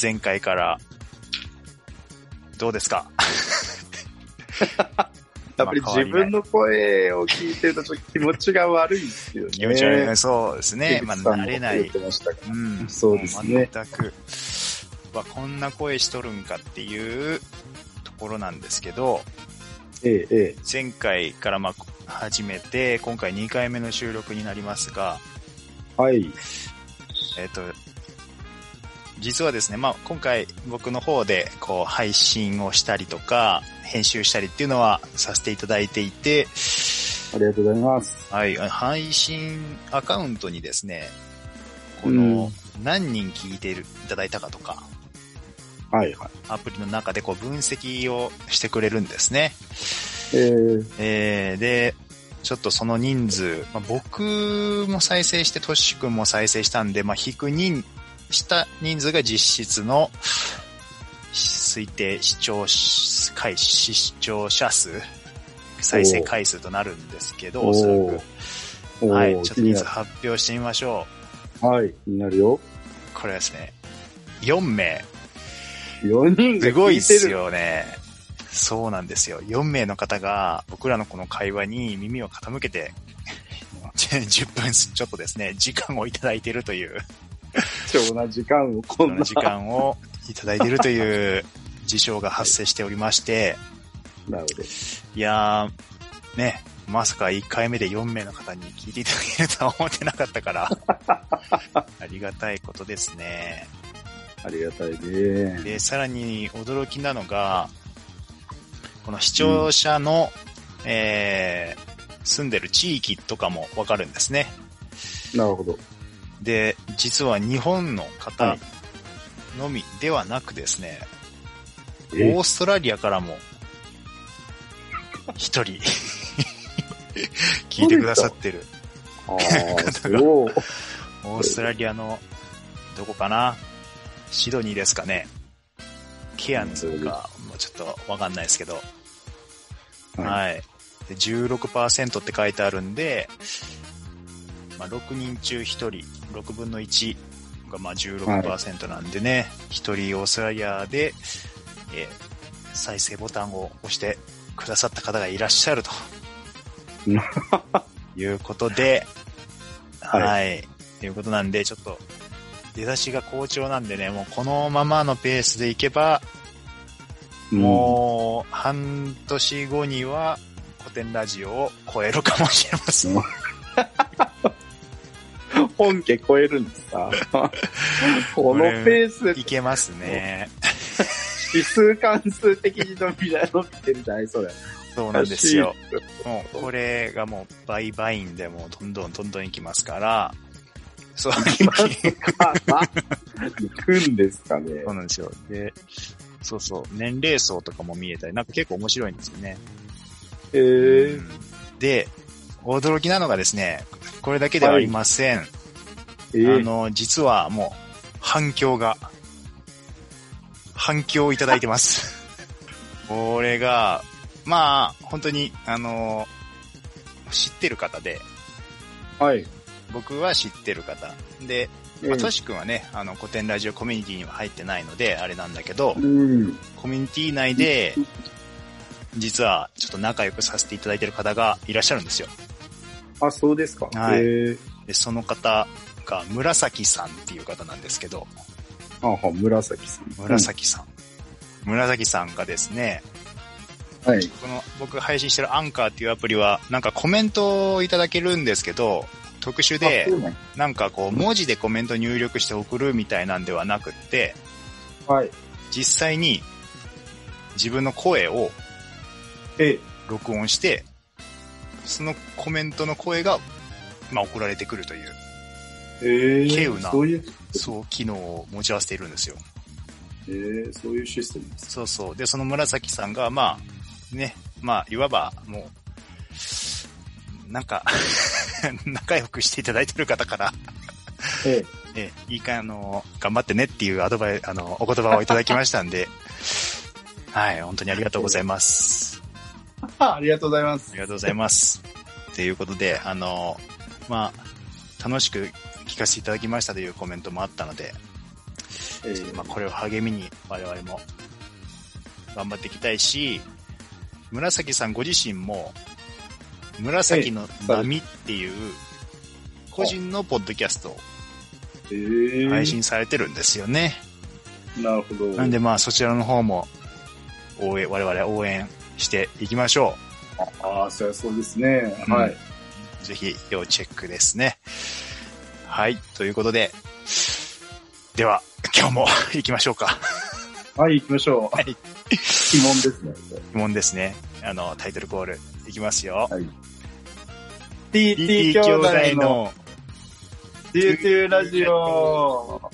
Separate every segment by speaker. Speaker 1: 前回から。どうですか
Speaker 2: やっぱり自分の声を聞いてるとちょっと気持ちが悪いですよね。
Speaker 1: 気持ち悪い。そうですね。まあ、
Speaker 2: 樋口さんも
Speaker 1: 慣れな
Speaker 2: 言
Speaker 1: い
Speaker 2: っ。てましたが
Speaker 1: うん。
Speaker 2: そうですね
Speaker 1: 全く。まあ、こんな声しとるんかっていうところなんですけど、
Speaker 2: ええ、え
Speaker 1: 前回からまあ、始めて、今回2回目の収録になりますが、
Speaker 2: え、はい。
Speaker 1: えっ、と、実はですね、まあ、今回僕の方で、こう、配信をしたりとか、編集したりっていうのはさせていただいていて、
Speaker 2: ありがとうございます。
Speaker 1: はい、あの配信アカウントにですね、こ
Speaker 2: う
Speaker 1: の、何人聞いているいただいたかとか、
Speaker 2: はい、はい。
Speaker 1: アプリの中でこう分析をしてくれるんですね。
Speaker 2: ええ、
Speaker 1: えー、で、ちょっとその人数、まあ、僕も再生して、トッシュ君も再生したんで、まあ、引く人、した人数が実質の推定視聴回、視聴者数、再生回数となるんですけど、おそら
Speaker 2: お
Speaker 1: く。
Speaker 2: ー
Speaker 1: はい、ちょ
Speaker 2: お
Speaker 1: っ
Speaker 2: ー
Speaker 1: と
Speaker 2: 気に
Speaker 1: 人数
Speaker 2: なる。
Speaker 1: 発表してみましょ
Speaker 2: はい、気になるよ。
Speaker 1: う。これはですね、4名。
Speaker 2: 4人が
Speaker 1: すごいで
Speaker 2: 聞いて
Speaker 1: す
Speaker 2: る。
Speaker 1: よね。そうなんですよ。4名の方が僕らのこの会話に耳を傾けて、10分ちょっとですね、時間をいただいているという、
Speaker 2: 貴重な時間をこ
Speaker 1: こ
Speaker 2: んな
Speaker 1: の。時間をいただいているという事象が発生しておりまして、
Speaker 2: なるほど。
Speaker 1: いやー、ね、まさか1回目で4名の方に聞いていただけるとは思ってなかった から、ありがたいことですね。
Speaker 2: ありがたいね。
Speaker 1: で、さらに驚きなのが、この視聴者の、えー住んでる地域とかもわかるんですね。
Speaker 2: なるほど。
Speaker 1: で、実は日本の
Speaker 2: は
Speaker 1: 方
Speaker 2: い
Speaker 1: のみではなくですね、
Speaker 2: え
Speaker 1: オーストラリアからも、一人、聞いてくださってる。
Speaker 2: ああ、そう。
Speaker 1: オーストラリアの、どこかなシドニーですかねケアンズか、もうちょっとわかんないですけど、
Speaker 2: はい。
Speaker 1: はい。で16%って書いてあるんで、まあ、6人中1人、6分の1がまあ16%なんでね、1人オーストラリアで、えー再生ボタンを押してくださった方がいらっし ゃるということで、は、
Speaker 2: はいい
Speaker 1: ということなんで、ちょっと出だしが好調なんでね、もうこのままのペースでいけば、もう、半年後には、古典ラジオを超えるかもしれません。
Speaker 2: うん、本家超えるんです かこのペースで
Speaker 1: いけますね。
Speaker 2: 指数関数的に伸びない伸びてるじゃないそれ。
Speaker 1: そうなんですよ。
Speaker 2: おか
Speaker 1: もう、これがもう、バイバインでもう、どんどんどんどんいきますから、そう、
Speaker 2: しい。まあ、行くんですか ね
Speaker 1: そう。なんですよ。で、そうそう、年齢層とかも見えたり、なんか結構面白いんですよね。
Speaker 2: えー
Speaker 1: う、んで、驚きなのがですね、これだけではありません。
Speaker 2: え
Speaker 1: あ
Speaker 2: ー、
Speaker 1: の、実はもう、反響が、反響をいただいて ます。これが、まあ、本当に、あの、知ってる方で、
Speaker 2: はい。
Speaker 1: 僕は知ってる方。で、
Speaker 2: え
Speaker 1: まあ、ト
Speaker 2: ー
Speaker 1: シ君はね、あの、古典ラジオコミュニティには入ってないので、あれなんだけど
Speaker 2: う、ん。
Speaker 1: コミュニティ内で、実は、ちょっと仲良くさせていただいてる方がいらっしゃるんですよ。
Speaker 2: あ、そうですか。
Speaker 1: はい
Speaker 2: えー、
Speaker 1: で、その方が、紫さんっていう方なんですけど、
Speaker 2: あは、紫さん。
Speaker 1: 紫さん。紫さんがですね、
Speaker 2: うん。はい。
Speaker 1: この僕配信してるアンカーっていうアプリは、なんかコメントをいただけるんですけど、特殊
Speaker 2: あ
Speaker 1: で
Speaker 2: そ、うなん
Speaker 1: なんかこう文字でコメント入力して送るみたいなんではなくって、
Speaker 2: はい。
Speaker 1: 実際に自分の声を
Speaker 2: え
Speaker 1: 録音して、そのコメントの声が、まあ送られてくるという、
Speaker 2: ー、え
Speaker 1: 稀有な
Speaker 2: そういう、
Speaker 1: そう機能を持ち合わせているんですよ。
Speaker 2: えー、そういうシステムです。
Speaker 1: そうそう。で、その紫さんが、まあ、ね、まあ、いわば、もう、なんか、 仲良くしていただいてる方から、
Speaker 2: え
Speaker 1: え、いいか、あの、頑張ってねっていうアドバイス、あの、お言葉をいただきましたんで、 はい、本当にありがとうございます。
Speaker 2: ー、ありがとうございま
Speaker 1: あ
Speaker 2: す
Speaker 1: り。がとうございます。ということで、あの、まあ、楽しく聞かせていただきましたというコメントもあったので、
Speaker 2: えー
Speaker 1: まあ、これを励みに我々も頑張っていきたいし、紫さんご自身も、紫の波っていう個人のポッドキャストを
Speaker 2: えー
Speaker 1: 配信されてるんですよね。
Speaker 2: なるほど。
Speaker 1: なんでまあそちらの方も応援、我々応援していきましょ
Speaker 2: ああ、そりゃそうですね。
Speaker 1: うん
Speaker 2: はい。
Speaker 1: う。ぜひ要チェックですね。はい、ということで、では今日も 行きましょうか。
Speaker 2: はい、行きましょう。
Speaker 1: はい。
Speaker 2: 疑問ですね。
Speaker 1: 疑問ですね。あの、タイトルコールいきますよ。
Speaker 2: TT 兄弟の琉球ラジオ。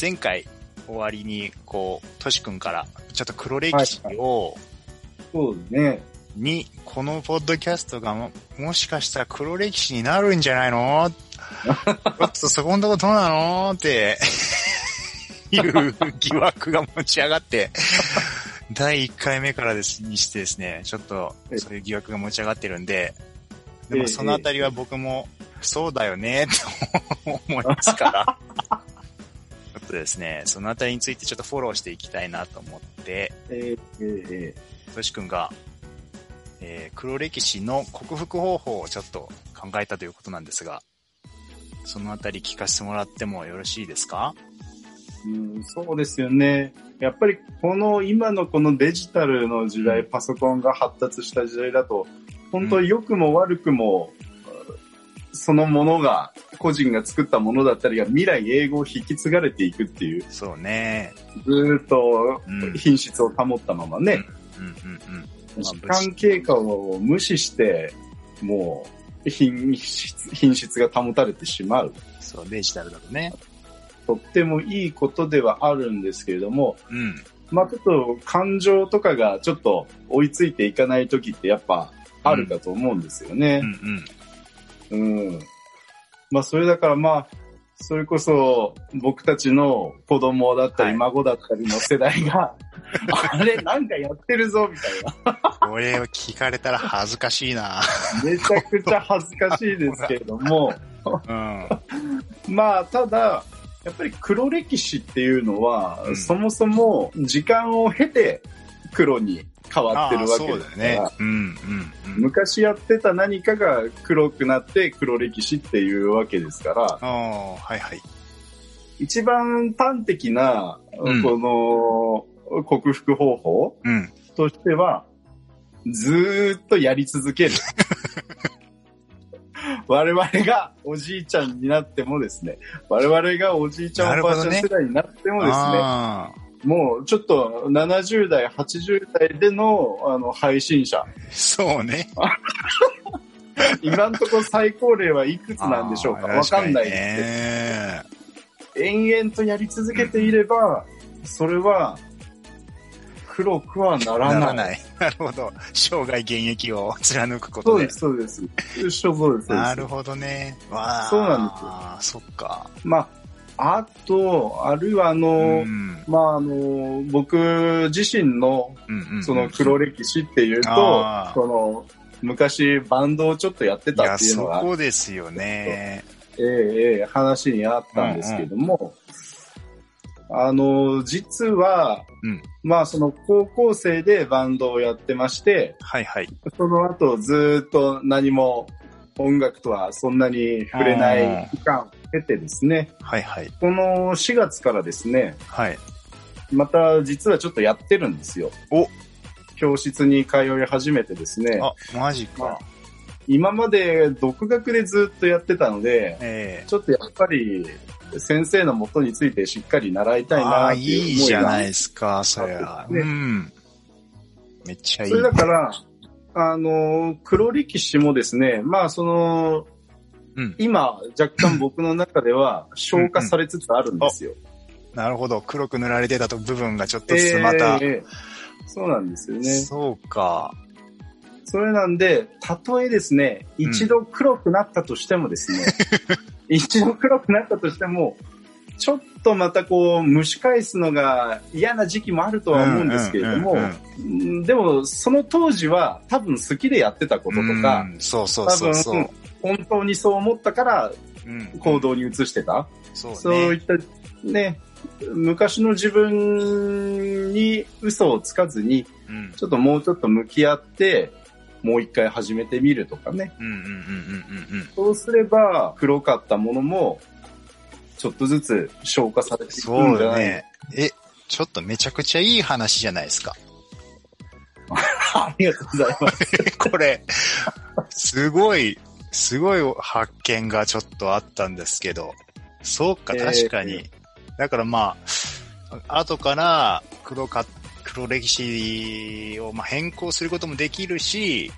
Speaker 1: 前回終わりに、こう、トシ君から、ちょっと黒歴史を、
Speaker 2: そうですね。
Speaker 1: に、このポッドキャストがも、もしかしたら黒歴史になるんじゃないのちょっとそこんとこどうなの って、いう疑惑が持ち上がって、第1回目からです、にしてですね、ちょっと、そういう疑惑が持ち上がってるんで、で
Speaker 2: え
Speaker 1: も
Speaker 2: え
Speaker 1: そのあたりは僕も、そうだよね、と思います から。ちょっとですね、そのあたりについてちょっとフォローしていきたいなと思って、
Speaker 2: えー、え
Speaker 1: としくんが、えー黒歴史の克服方法をちょっと考えたということなんですが、そのあたり聞かせてもらってもよろしいですか
Speaker 2: ーうん、そうですよね。やっぱりこの今のこのデジタルの時代、パソコンが発達した時代だと、本当に良くも悪くも、そのものが、個人が作ったものだったりが未来英語を引き継がれていくっていう、
Speaker 1: そうね。
Speaker 2: ずーっと
Speaker 1: うん。うん
Speaker 2: 品質を保ったままね、
Speaker 1: うんうん。
Speaker 2: 時間経過を無視して、もう品質、品質が保たれてしまう。
Speaker 1: そう、デジタルだとね。
Speaker 2: とってもいいことではあるんですけれども、
Speaker 1: うん。
Speaker 2: まあちょっと感情とかがちょっと追いついていかない時ってやっぱあるかと思うんですよね
Speaker 1: うんう。ん。
Speaker 2: うん。まあそれだからまあ、それこそ僕たちの子供だった
Speaker 1: は
Speaker 2: り
Speaker 1: い
Speaker 2: 孫だったりの世代が、あれなんかやってるぞみたいな。
Speaker 1: これを聞かれたら恥ずかしい な。
Speaker 2: めちゃくちゃ恥ずかしいですけれども、
Speaker 1: うん。
Speaker 2: まあただ、やっぱり黒歴史っていうのは、
Speaker 1: うん
Speaker 2: そもそも時間を経て黒に変わってるわけ
Speaker 1: ああそう
Speaker 2: で
Speaker 1: だ
Speaker 2: す
Speaker 1: よ
Speaker 2: から、
Speaker 1: ね。うんうんうん。
Speaker 2: 昔やってた何かが黒くなって黒歴史っていうわけですから、
Speaker 1: ああ、はいはい。
Speaker 2: 一番端的な、
Speaker 1: うん
Speaker 2: この克服方法
Speaker 1: うん。
Speaker 2: としては、ずーっとやり続ける。 我々がおじいちゃんになってもですね、我々がおじいちゃ
Speaker 1: なんる
Speaker 2: おば
Speaker 1: ほ
Speaker 2: あ
Speaker 1: ど
Speaker 2: ちゃ
Speaker 1: ね
Speaker 2: ん世代になってもですね、
Speaker 1: あ
Speaker 2: もうちょっと70代、80代でのあの配信者、
Speaker 1: あ、そうね。
Speaker 2: 今んところ最高齢はいくつなんでしょうか
Speaker 1: ああ
Speaker 2: わかんな
Speaker 1: 確
Speaker 2: い
Speaker 1: に
Speaker 2: で
Speaker 1: ね。
Speaker 2: すけど、延々とやり続けていれば、それは黒くはな
Speaker 1: な
Speaker 2: らない。
Speaker 1: らない。 なるほど。生涯現役を貫くこと
Speaker 2: そう
Speaker 1: で。
Speaker 2: です、そうです。そうそうです。
Speaker 1: なるほどね。わあ。
Speaker 2: そうなん
Speaker 1: ですよ。そっか。
Speaker 2: まあ、あと、あるいはあ
Speaker 1: う
Speaker 2: の、
Speaker 1: ん。
Speaker 2: まああの、僕自身の
Speaker 1: うんうんうん
Speaker 2: その黒歴史っていうと、
Speaker 1: あー
Speaker 2: その、昔バンドをちょっとやって
Speaker 1: い
Speaker 2: た
Speaker 1: や、
Speaker 2: っていう
Speaker 1: そ
Speaker 2: のが、
Speaker 1: こですよね。
Speaker 2: ええええ話にあったんですけども、あの、実は、
Speaker 1: うん
Speaker 2: まあその高校生でバンドをやってまして、
Speaker 1: はいはい。
Speaker 2: その後ずーっと何も音楽とはそんなに触れない期間を経てですね、
Speaker 1: はいはい。
Speaker 2: この4月からですね、
Speaker 1: はい。
Speaker 2: また実はちょっとやってるんですよ。
Speaker 1: お
Speaker 2: 教室に通い始めてですね。
Speaker 1: あ、マジ
Speaker 2: まあ
Speaker 1: か。
Speaker 2: 今まで独学でずっとやってたので、
Speaker 1: ええ。
Speaker 2: ちょっとやっぱり先生のもとについてしっかり習いたい
Speaker 1: あ
Speaker 2: なっ
Speaker 1: あ、い
Speaker 2: てい
Speaker 1: いう
Speaker 2: 思い
Speaker 1: じゃ
Speaker 2: が。
Speaker 1: ないですか、そりゃ。
Speaker 2: ね
Speaker 1: うん。めっちゃいい
Speaker 2: それ。だから、あの、黒歴史もですね、まあその、
Speaker 1: うん
Speaker 2: 今若干僕の中では消化されつつあるんですよ。
Speaker 1: なるほど。黒く塗られてたと部分がちょっとまた。
Speaker 2: ええそうなんですよね。
Speaker 1: そうか。
Speaker 2: それなんで、たとえですね、
Speaker 1: うん
Speaker 2: 一度黒くなったとしてもですね、 一度黒くなったとしても、ちょっとまたこう、蒸し返すのが嫌な時期もあるとは思うんですけれども
Speaker 1: うんうんうん、
Speaker 2: うんでも、その当時は多分好きでやってたこととか、
Speaker 1: うんそうそう
Speaker 2: 多
Speaker 1: そう
Speaker 2: 分
Speaker 1: そう。
Speaker 2: 本当にそう思ったから
Speaker 1: うん
Speaker 2: 行動に移してた。
Speaker 1: そうね。
Speaker 2: そういったね、昔の自分に嘘をつかずに、
Speaker 1: うん
Speaker 2: ちょっともうちょっと向き合って、もう一回始めてみるとかね。
Speaker 1: うんうんうんうんうんうん。
Speaker 2: そうすれば、黒かったものも、ちょっとずつ消化されていく
Speaker 1: そ
Speaker 2: ん
Speaker 1: う
Speaker 2: じゃ
Speaker 1: よ
Speaker 2: ない、
Speaker 1: ね。え、ちょっとめちゃくちゃいい話じゃないですか。
Speaker 2: ありがとうございます。
Speaker 1: これ、すごい、すごい発見がちょっとあったんですけど、そうか、
Speaker 2: えー
Speaker 1: 確かに。だからまあ、後から黒か、黒歴史をまあ変更することもできるし、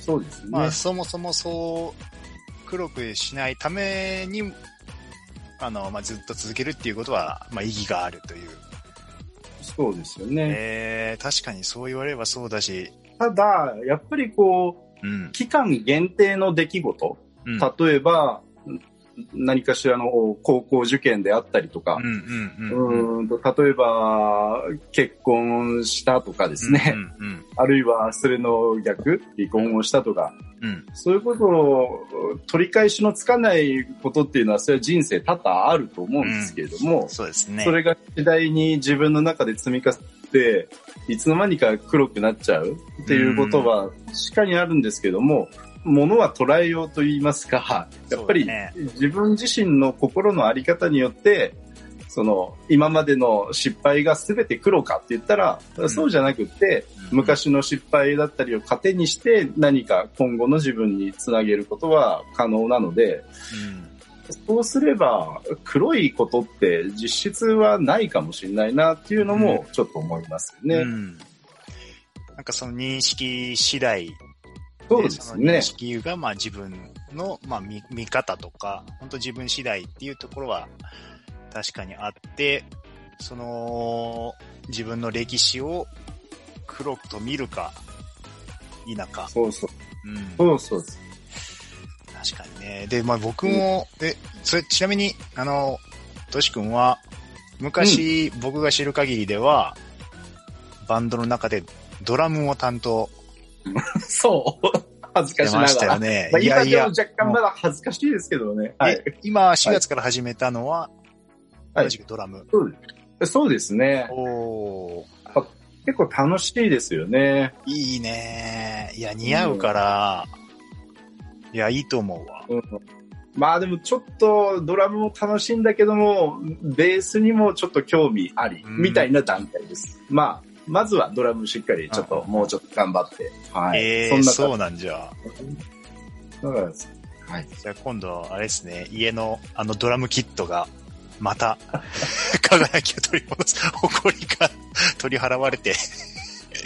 Speaker 2: そうですね。
Speaker 1: まあそもそもそう黒くしないために、あの、まあずっと続けるっていうことは、まあ意義があるという。
Speaker 2: そうですよね。
Speaker 1: えー、確かにそう言われればそうだし、
Speaker 2: ただ、やっぱりこ
Speaker 1: うん
Speaker 2: う、。期間限定の出来事、
Speaker 1: うん
Speaker 2: 例えば、何かしらの高校受験であったりとか、
Speaker 1: うんうんうんうん。
Speaker 2: うーんと例えば、結婚したとかですね、
Speaker 1: うんうん
Speaker 2: あるいはそれの逆、離婚をしたとか、
Speaker 1: うん。うん
Speaker 2: そういうことを取り返しのつかないことっていうのは、それは人生多々あると思うんですけれども、
Speaker 1: そうですね。
Speaker 2: それが次第に自分の中で積み重ねて、いつの間にか黒くなっちゃうっていうことは確かにあるんですけども、ものは捉えようと言いますか、やっぱ
Speaker 1: そう
Speaker 2: り
Speaker 1: ね
Speaker 2: 自分自身の心の在り方によって、その今までの失敗が全て黒かって言ったら、
Speaker 1: ん
Speaker 2: そうじゃなくって、
Speaker 1: うん
Speaker 2: 昔の失敗だったりを糧にして何か今後の自分につなげることは可能なので、
Speaker 1: うん
Speaker 2: そうすれば、黒いことって実質はないかもしれないなっていうのもちょっと思いますよね。
Speaker 1: うんなんかその認識次第で、
Speaker 2: そうです
Speaker 1: その認
Speaker 2: ね。
Speaker 1: 識がまあ自分のまあ見見方とか、本当自分次第っていうところは確かにあって、その自分の歴史を黒くと見るか否か。
Speaker 2: そうそう。
Speaker 1: うん
Speaker 2: そうそう。
Speaker 1: 確かにね。で、まあ僕も、え、それちなみに、あの、としくんは、昔、僕が知る限りでは、バンドの中でドラムを担当
Speaker 2: そう。恥ずか
Speaker 1: し
Speaker 2: してな
Speaker 1: まし
Speaker 2: が
Speaker 1: たよ
Speaker 2: ら。
Speaker 1: ね
Speaker 2: まあ。
Speaker 1: いや
Speaker 2: 今
Speaker 1: い
Speaker 2: でも
Speaker 1: や、
Speaker 2: 若干まだ恥ずかしいですけどね。はい
Speaker 1: え。今4月から始めたのは、
Speaker 2: はい
Speaker 1: 同じくドラム。
Speaker 2: そうですね。
Speaker 1: おー
Speaker 2: 結構楽しいですよね。
Speaker 1: いいねいや、似合うから、いや、いいと思うわ。
Speaker 2: うんまあでもちょっとドラムも楽しいんだけども、ベースにもちょっと興味あり、
Speaker 1: うん
Speaker 2: みたいな段階です。まあ、まずはドラムしっかりちょっと、もうちょっと頑張って。はい。
Speaker 1: え
Speaker 2: そん
Speaker 1: ー、
Speaker 2: な
Speaker 1: そうなんじゃ。
Speaker 2: だからです。はい。
Speaker 1: じゃあ今度、あれですね、家のあのドラムキットが、また、 輝きを取り戻す、誇りが取り払われて、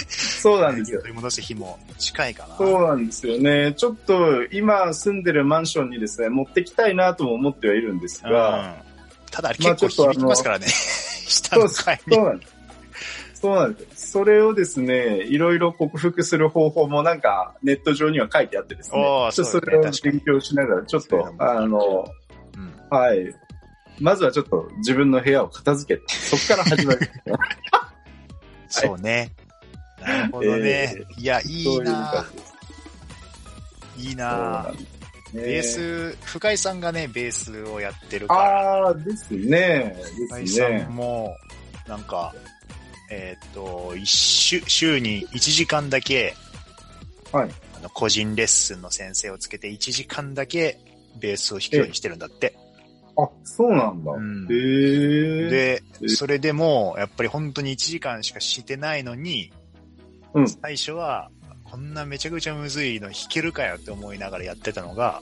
Speaker 2: そうなんですよ
Speaker 1: 取。り戻す日も近いかな。
Speaker 2: そうなんですよね。ちょっと今住んでるマンションにですね、持ってきたいなとも思ってはいるんです
Speaker 1: うん
Speaker 2: が、
Speaker 1: ただ、あれ
Speaker 2: まあ
Speaker 1: 結構
Speaker 2: ちょっとあの
Speaker 1: 響きますからね。 下の階に
Speaker 2: そうなんです。そうなんです。それをですね、いろいろ克服する方法もなんかネット上には書いてあってですね、
Speaker 1: おー
Speaker 2: ちょっと
Speaker 1: そう
Speaker 2: そ
Speaker 1: ですね
Speaker 2: れを
Speaker 1: 確かに
Speaker 2: 勉強しながら、ちょっ
Speaker 1: そういう
Speaker 2: と
Speaker 1: の、も
Speaker 2: あの、
Speaker 1: うん
Speaker 2: はい。まずはちょっと自分の部屋を片付けて、そこから始まる。
Speaker 1: そうね。なるほどね。いや、い
Speaker 2: そう
Speaker 1: いう
Speaker 2: 感
Speaker 1: な
Speaker 2: じです。
Speaker 1: いい
Speaker 2: そう
Speaker 1: な
Speaker 2: なんですね
Speaker 1: ベース、深井さんがね、ベースをやってるから。
Speaker 2: あー、ですね。
Speaker 1: 深
Speaker 2: で
Speaker 1: 井
Speaker 2: す
Speaker 1: さ
Speaker 2: ね
Speaker 1: ん。も、なんか、えーっと、一週、週に1時間だけ、
Speaker 2: はい。
Speaker 1: あの、個人レッスンの先生をつけて1時間だけベースを弾くようにしてるんだって。
Speaker 2: あ、そうなんだ。
Speaker 1: うん
Speaker 2: へー。
Speaker 1: で、
Speaker 2: え
Speaker 1: それでも、やっぱり本当に1時間しかしてないのに、
Speaker 2: うん
Speaker 1: 最初は、こんなめちゃくちゃむずいの弾けるかよって思いながらやってたのが、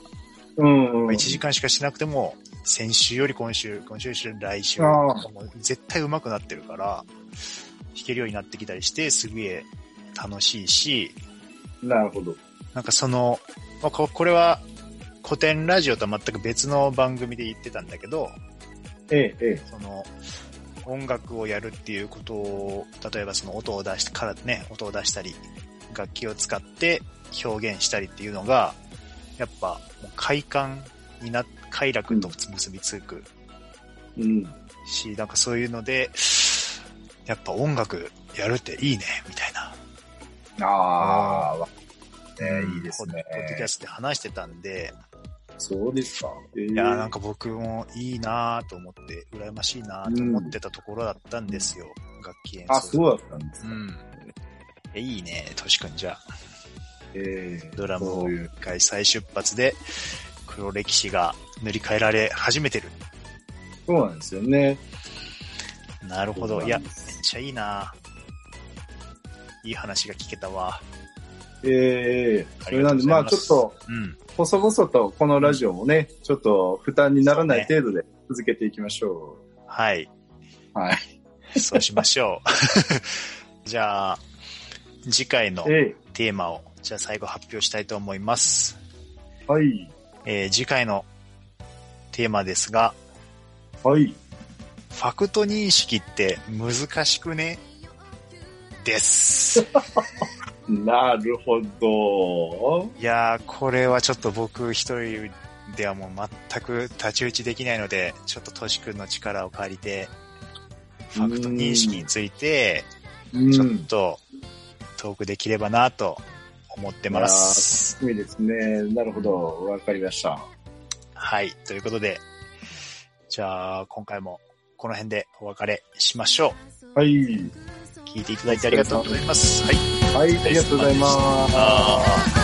Speaker 2: うん、うん。
Speaker 1: 1時間しかしなくても、先週より今週、今週より来週、
Speaker 2: あー
Speaker 1: もう絶対上手くなってるから、弾けるようになってきたりして、すげえ楽しいし、
Speaker 2: なるほど。
Speaker 1: なんかその、まあ、ここれは古典ラジオとは全く別の番組で言ってたんだけど、
Speaker 2: ええ、ええ。
Speaker 1: その音楽をやるっていうことを、例えばその音を出してからね、音を出したり、楽器を使って表現したりっていうのが、やっぱもう快感にな、快楽と結びつく
Speaker 2: うん。
Speaker 1: し、なんかそういうので、やっぱ音楽やるっていいね、みたいな。
Speaker 2: ああ、わねいいですね。
Speaker 1: ポッドキャストで話してたんで、
Speaker 2: そうですか。えー
Speaker 1: いやーなんか僕もいいなーと思って、羨ましいなーと思ってたところだったんですよ、楽器演奏。
Speaker 2: あ、そうだったんです
Speaker 1: う
Speaker 2: か。
Speaker 1: ん。えいいね、としくんじゃあ、
Speaker 2: えー
Speaker 1: ドラム
Speaker 2: そ
Speaker 1: を
Speaker 2: ういう
Speaker 1: 一回再出発で、黒歴史が塗り替えられ始めてる。
Speaker 2: そうなんですよね。
Speaker 1: なるほど。い
Speaker 2: そうな
Speaker 1: や、
Speaker 2: ん
Speaker 1: めっ
Speaker 2: です
Speaker 1: ちゃいいなーいい話が聞けたわ。
Speaker 2: ええ
Speaker 1: あ
Speaker 2: そ
Speaker 1: り
Speaker 2: れ
Speaker 1: が
Speaker 2: な
Speaker 1: とう
Speaker 2: ん
Speaker 1: ござ
Speaker 2: で、ま
Speaker 1: い
Speaker 2: あ
Speaker 1: ま
Speaker 2: ち
Speaker 1: す
Speaker 2: ょっと、
Speaker 1: うん。
Speaker 2: 細々とこのラジオもね、ちょっと負担にならない程度で続けていきましょ
Speaker 1: はい。
Speaker 2: う。はい。
Speaker 1: そうしましょう。 じゃあ、次回の
Speaker 2: え
Speaker 1: テーマを、じゃあ最後発表したいと思います。
Speaker 2: えはい。
Speaker 1: えー次回のテーマですが、
Speaker 2: はい。
Speaker 1: ファクト認識って難しくね です。
Speaker 2: なるほど。
Speaker 1: いやー、これはちょっと僕一人ではもう全く太刀打ちできないので、ちょっとトシ君の力を借りて、ファクト認識について、
Speaker 2: うん。
Speaker 1: ちょっとトークできればなと思ってます。
Speaker 2: いいですね。なるほど。わかりました。
Speaker 1: はい。ということで、じゃあ今回もこの辺でお別れしましょ
Speaker 2: はい。
Speaker 1: う。聞いていただいてありがとうございます。はい。
Speaker 2: はい、ありがとうございます。
Speaker 1: あー